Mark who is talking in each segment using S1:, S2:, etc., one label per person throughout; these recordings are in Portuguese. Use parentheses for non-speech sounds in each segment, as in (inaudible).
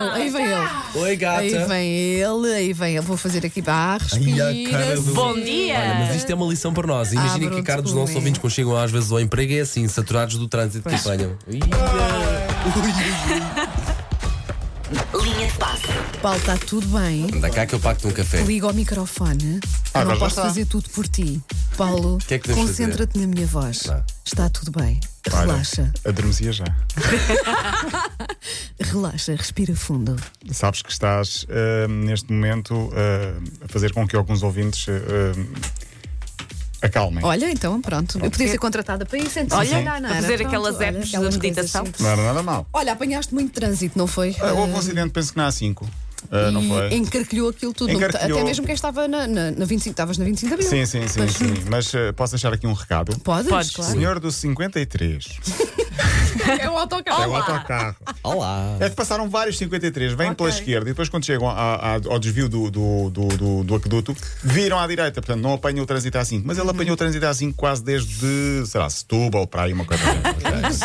S1: Aí vem
S2: Ah,
S1: ele,
S3: Oi,
S1: aí
S2: tá.
S3: gata.
S1: vem ele, aí vem ele. Vou fazer aqui barra,
S3: Ai,
S1: respira.
S3: a cara do-
S4: Bom dia!
S3: Olha, mas isto é uma lição para nós. Imagina que a
S1: Abram-te
S3: cara dos nossos
S1: comigo.
S3: ouvintes quando chegam às vezes ao emprego é assim, saturados do trânsito que
S1: Pois.
S3: apanham. Ih, ui,
S5: Linha de passe.
S1: Paulo, está tudo bem?
S3: ui. Dá cá que eu pacto um café.
S1: Liga ao microfone.
S2: Ah,
S1: Eu não posso fazer tudo por ti. Paulo,
S3: que é que devemos
S1: concentra-te na minha voz.
S3: Tá.
S1: Está tudo bem.
S2: Olha,
S1: Relaxa,
S2: Adormecia já.
S1: relaxa, respira fundo.
S2: Sabes que estás ah, neste momento ah, a fazer com que alguns ouvintes ah, acalmem.
S1: Olha, então, pronto. Eu podia ser contratada para isso. Então,
S2: Olha,
S1: não, não,
S4: a
S1: era.
S4: fazer
S1: Pronto,
S4: aquelas
S1: olha,
S4: apps
S1: aquelas coisas
S4: de
S1: assim.
S4: meditação.
S1: simples.
S2: Não era nada mal.
S1: Olha, apanhaste muito trânsito, não foi?
S2: Ah, houve
S1: Ah,
S2: um acidente, penso que na A5. ah, não
S1: e
S2: foi?
S1: encarquilhou aquilo tudo.
S2: Encarquilhou.
S1: Até mesmo quem estava na, na, na 25. Estavas na 25 de abril.
S2: Sim, sim, sim, sim. Mas ah, posso deixar aqui um recado.
S1: Podes,
S4: Podes,
S1: claro.
S2: Senhor do 53.
S1: É o autocarro.
S2: É o autocarro.
S3: Olá.
S2: É que passaram vários 53, vêm pela esquerda e depois quando chegam à- à- ao desvio do, do, do, do- do aqueduto, viram à direita, portanto não apanham o trânsito a 5. Mas ele apanhou o trânsito a 5 quase desde, sei lá, Setúbal para aí uma coisa. assim.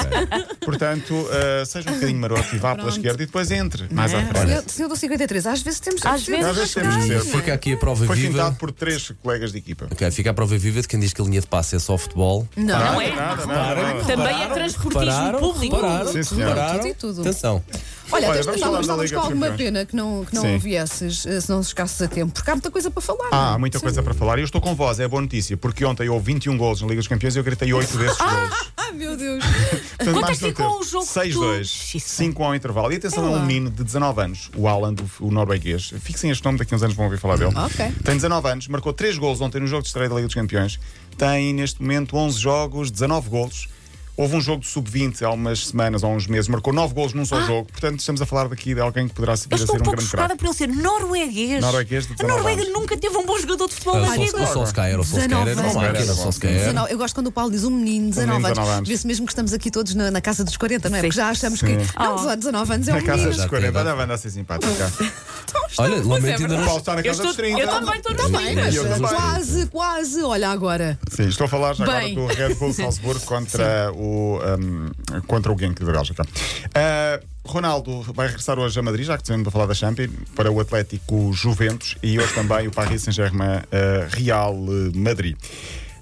S2: portanto, ah, seja um bocadinho maroto e vá pela
S1: Pronto. é?
S2: esquerda e depois entre mais à frente.
S1: Senhor, senhor do 53, às vezes temos
S4: Às vezes
S2: Às vezes temos de ser.
S3: Porque há aqui a prova
S2: Foi pintado
S3: viva.
S2: por três colegas de equipa.
S3: Ok, fica a prova viva de quem diz que a linha de passe é só futebol.
S1: Não,
S2: Nada,
S4: é?
S2: nada, nada, nada.
S4: Também é transportismo
S3: Repararam?
S4: público.
S3: Repararam?
S2: Sim, senhora.
S3: Repararam?
S1: Tudo e tudo.
S3: Atenção. Ah,
S1: Olha,
S2: Olha,
S1: até
S2: vamos
S1: estávamos,
S2: falar
S1: estávamos
S2: da
S1: com
S2: Liga dos
S1: alguma
S2: Campeões.
S1: pena que não, que não
S2: Sim.
S1: viesses, eh, se não chegasses a tempo, porque há muita coisa para falar.
S2: Ah, há muita coisa para falar. E eu estou com vós, é boa notícia, porque ontem houve 21 golos na Liga dos Campeões e eu gritei 8 desses golos.
S1: Ah, meu Deus.
S2: Portanto,
S4: Quanto é
S2: mais um
S4: que
S2: não
S4: ficou
S2: teve.
S4: o jogo que
S2: 6-2.
S4: tu- Xiça.
S2: 5 ao intervalo. E atenção,
S1: Ela.
S2: é um menino de 19 anos, o Alan, o, o norueguês. Fixem este nome, daqui a uns anos vão ouvir falar dele.
S1: Ok.
S2: Tem 19 anos, marcou 3 golos ontem no jogo de estreia da Liga dos Campeões. Tem neste momento 11 jogos, 19 golos. Houve um jogo de sub-20 há umas semanas ou uns meses, marcou 9 golos num só jogo. Portanto, estamos a falar daqui de alguém que poderá vir
S4: Ah. Eu
S2: a ser
S4: estou
S2: um
S4: um pouco
S2: grande
S4: chocada
S2: craque.
S4: por ele ser norueguês.
S2: Norueguês de
S4: a
S2: 19
S4: Noruega
S2: anos.
S4: nunca teve um bom jogador de futebol
S3: Ah,
S4: na
S3: o Sol-
S4: vida.
S3: O Solskjaer, o Solskjaer era
S1: 19
S3: uma máquina, o
S2: anos.
S3: Solskjaer.
S1: 19, eu gosto quando o Paulo diz um menino, 19,
S2: 19
S1: anos.
S2: anos.
S1: Vê-se mesmo que estamos aqui todos na, na casa dos 40, não é?
S4: Sim.
S1: Porque já achamos
S2: Sim.
S1: que. Não,
S4: Oh.
S1: 18, 19 anos é um
S2: Na casa
S1: menino.
S2: dos 40, olha a banda a ser simpática.
S1: é
S3: Olha, lamento ainda
S2: O Paulo
S3: não.
S2: está na
S4: Eu,
S2: casa
S4: estou,
S2: dos 30.
S4: eu também estou nos
S1: Também,
S4: 30.
S1: Tá mas eh,
S2: Eu também.
S1: quase, quase. Olha agora.
S2: Sim, estou a falar já agora
S4: Bem.
S2: do Red
S4: (laughs)
S2: Bull Salzburgo contra o, um, contra o Genk da Bélgica. Uh, Ronaldo vai regressar hoje a Madrid, já que estamos a falar da Champions, para o Atlético Juventus e hoje também o Paris Saint-Germain uh, Real Madrid.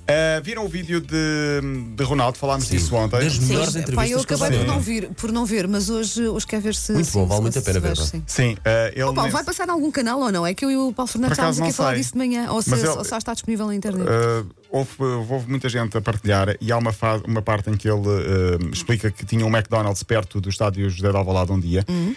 S2: Uh, viram o vídeo de, de Ronaldo? Falámos disso ontem.
S3: Das melhores
S1: Pá, eu
S3: entrevistas que eu
S1: acabei
S3: sei.
S1: por não, vir, por não ver, mas hoje, hoje quero ver se.
S3: Muito
S1: se-
S3: bom, vale
S1: se-
S3: muito a
S1: se
S3: pena ver,
S1: vejo,
S3: pá.
S1: sim.
S2: Sim, uh, ele
S1: Ó, Paulo,
S2: nesse-
S1: vai passar em algum canal ou não? É que eu e o Paulo Fernandes
S2: Por acaso
S1: estávamos aqui a
S2: não
S1: falar
S2: sei.
S1: disso de manhã, ou se,
S2: Mas
S1: ou
S2: ele-
S1: se já está disponível na internet.
S2: Uh, houve, houve muita gente a partilhar e há uma, fa- uma parte em que ele uh, explica que tinha um McDonald's perto do estádio José de Alvalade um dia. Uh,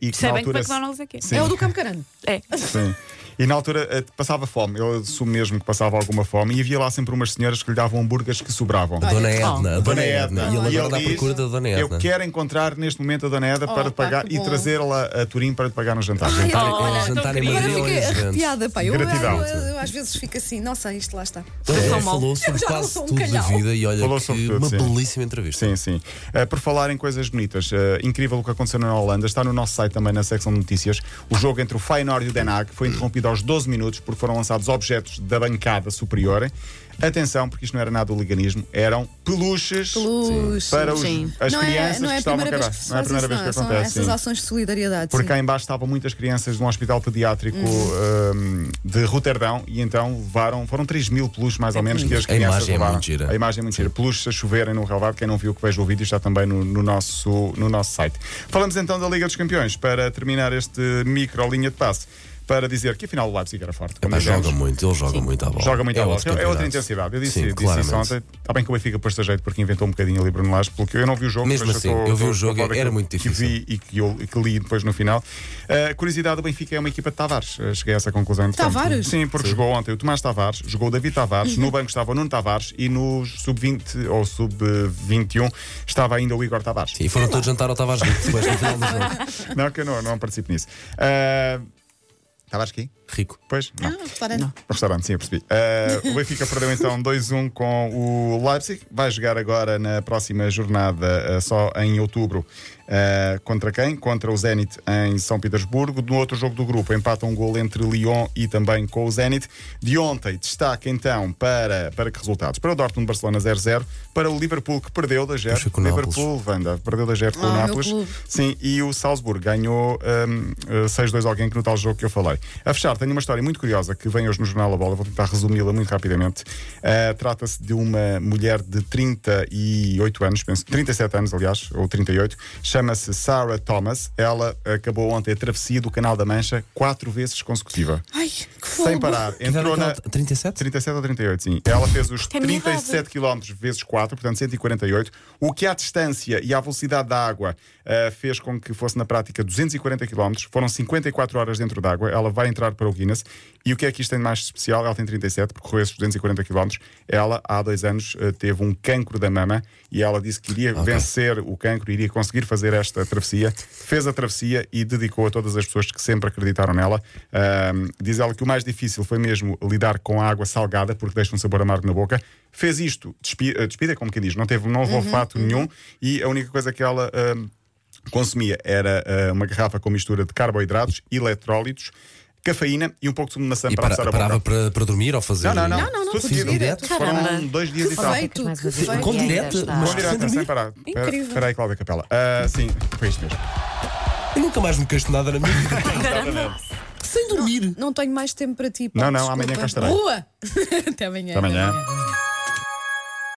S2: e que na
S4: Sabem Uhum.
S2: altura,
S4: que McDonald's é quê?
S2: Sim.
S1: É o do Campo (laughs) Carano.
S4: É.
S2: Sim. E na altura eh, passava fome, ele assume mesmo que passava alguma fome, e havia lá sempre umas senhoras que lhe davam hambúrgueres que sobravam.
S3: A Dona Edna, a Dona Edna. E ele agora está à
S2: diz,
S3: procura da Dona Edna.
S2: Eu quero encontrar neste momento a Dona Edna
S1: Oh,
S2: para
S1: pá,
S2: pagar
S1: que
S2: e
S1: bom.
S2: trazê-la a Turim para lhe pagar um jantar.
S1: Ai,
S3: Jantar,
S1: olha,
S3: em-
S4: tão
S3: jantar em
S4: querido.
S1: Agora
S3: Madrid ou em
S1: fiquei
S3: Gigantes?
S1: arrepiada, pá. Eu, eu,
S2: Gratidão.
S1: eu- eu às vezes fico assim, nossa, isto lá está.
S3: Ele
S4: sou mal.
S3: É, falou
S1: Eu
S3: sobre
S1: já não
S3: quase
S1: sou um
S3: tudo da
S1: calhau.
S3: vida e olha
S2: Falou
S3: que
S2: sobre tudo,
S3: uma
S2: sim.
S3: belíssima entrevista.
S2: Sim, sim. Eh, por falar em coisas bonitas, eh, incrível o que aconteceu na Holanda, está no nosso site também na secção de notícias. O jogo entre o Feyenoord e o Den Haag foi interrompido aos 12 minutos porque foram lançados objetos da bancada superior. Atenção, porque isto não era nada do liganismo, eram peluches.
S1: Peluches.
S2: Para os-
S4: Sim.
S2: as
S1: não
S2: crianças
S1: é, não
S2: que
S1: é a
S2: estavam
S1: primeira vez
S2: cá.
S1: que se
S2: Não é a
S1: faz
S2: primeira
S1: isso,
S2: vez
S1: não.
S2: que
S1: São
S2: acontece.
S1: essas
S2: sim.
S1: ações de solidariedade.
S2: Porque
S1: sim.
S2: cá em baixo estavam muitas crianças de um hospital pediátrico hum, de Roterdão e então levaram, foram 3 mil peluches mais ou menos que as
S3: A imagem
S2: crianças
S3: é
S2: levaram.
S3: muito gira.
S2: A imagem é muito gira. Peluches a choverem no relvado, quem não viu que veja o vídeo está também no, no nosso, no nosso site. Falamos então da Liga dos Campeões para terminar este micro linha de passe para dizer que afinal o Leipzig era forte. como
S3: Epá,
S2: dizemos.
S3: joga muito, ele joga muito à bola.
S2: Joga muito à bola.
S3: outro
S2: É outra
S3: campeonato.
S2: intensidade. Eu disse,
S3: Sim,
S2: disse
S3: claramente.
S2: isso ontem. Está bem que o Benfica pôs a jeito porque inventou um bocadinho ali Bruno Lage, porque eu não vi o jogo.
S3: Mesmo
S2: mas
S3: assim,
S2: estou-
S3: eu vi o
S2: estou-
S3: jogo,
S2: estou a falar
S3: era
S2: que-
S3: muito difícil.
S2: Que vi e que, eu, e que li depois no final. Uh, curiosidade, o Benfica é uma equipa de Tavares. Uh, cheguei a essa conclusão. entretanto.
S1: Tavares? Uhum.
S2: Sim, porque jogou ontem o Tomás Tavares, jogou o David Tavares, no banco estava o Nuno Tavares e no sub-20 ou sub-21 estava ainda o Igor Tavares.
S3: E foram todos jantar ao Tavares Rico depois no final do jogo.
S1: (laughs)
S2: Não, que eu não, não participo nisso. Uh, Tavares aqui?
S3: Rico.
S2: Pois? Não.
S1: Ah, para- não.
S2: Restaurante, sim, eu percebi. Ah, o Benfica perdeu então 2-1 com o Leipzig. Vai jogar agora na próxima jornada, ah, só eh, em outubro, Uh, contra quem? Contra o Zenit em São Petersburgo. No outro jogo do grupo, empata um gol entre Lyon e também com o Zenit. De ontem, destaque então para, para que resultados? Para o Dortmund Barcelona 0-0, para o Liverpool que perdeu da 0
S3: Puxa, com o Nápoles.
S2: Liverpool, Vanda, perdeu da 0 com o
S1: Ah, meu
S2: Nápoles.
S1: clube.
S2: Sim, e o Salzburgo ganhou hum, eh, 6-2 alguém que no tal jogo que eu falei. A fechar, tenho uma história muito curiosa que vem hoje no Jornal da Bola, vou tentar resumi-la muito rapidamente. Eh, Trata-se de uma mulher de 38 anos, penso, 37 anos, aliás, ou 38, chama-se Sarah Thomas. Ela acabou ontem a travessia do Canal da Mancha quatro vezes consecutiva.
S4: Ai, que fogo.
S2: Sem parar,
S3: Que idade é
S2: entrou
S3: que ela
S2: na.
S3: tem? 37?
S2: 37 ou 38, sim. Ela fez os
S4: É a minha idade.
S2: 37 km vezes 4, portanto 148, o que à distância e à velocidade da água ah, fez com que fosse na prática 240 km, foram 54 horas dentro da água, ela vai entrar para o Guinness. E o que é que isto tem de mais especial? Ela tem 37, percorreu esses 240 km. Ela, há dois anos, ah, teve um cancro da mama e ela disse que iria vencer o cancro, iria conseguir fazer esta travessia. Fez a travessia e dedicou a todas as pessoas que sempre acreditaram nela. Ah, diz ela que o mais difícil foi mesmo lidar com a água salgada, porque deixa um sabor amargo na boca fez isto, despi- eh, despida, como quem diz, não teve, não houve olfato nenhum e a única coisa que ela ahm, consumia era ah, uma garrafa com mistura de carboidratos, eletrólitos, cafeína e um pouco de sumo de maçã
S3: E
S2: para
S3: para-
S2: passar a
S3: parava
S2: boca.
S3: para, para dormir ou fazer.
S2: Não, não, não.
S1: não, não,
S2: Tudo
S1: tudo
S2: seguido.
S1: direto.
S2: Foram um,
S4: Caramba.
S2: dois dias e tal.
S1: Perfeito,
S5: Mais uma vez,
S1: perfeito.
S3: Com
S5: Ainda
S3: direto,
S5: está.
S3: mas
S2: Com direto,
S3: sem
S2: sem
S3: dormir.
S2: parar. Espera-
S1: Incrível.
S2: Espera aí, Cláudia Capela. Ah, sim, foi isto mesmo.
S3: Eu nunca mais me queixo de nada na minha
S1: (laughs)
S3: vida.
S1: Sem dormir. Não, tenho mais tempo para ti. Paulo,
S2: Não, não, amanhã
S1: desculpa.
S2: cá estarei.
S1: Boa! (laughs) Até amanhã.
S2: Até amanhã.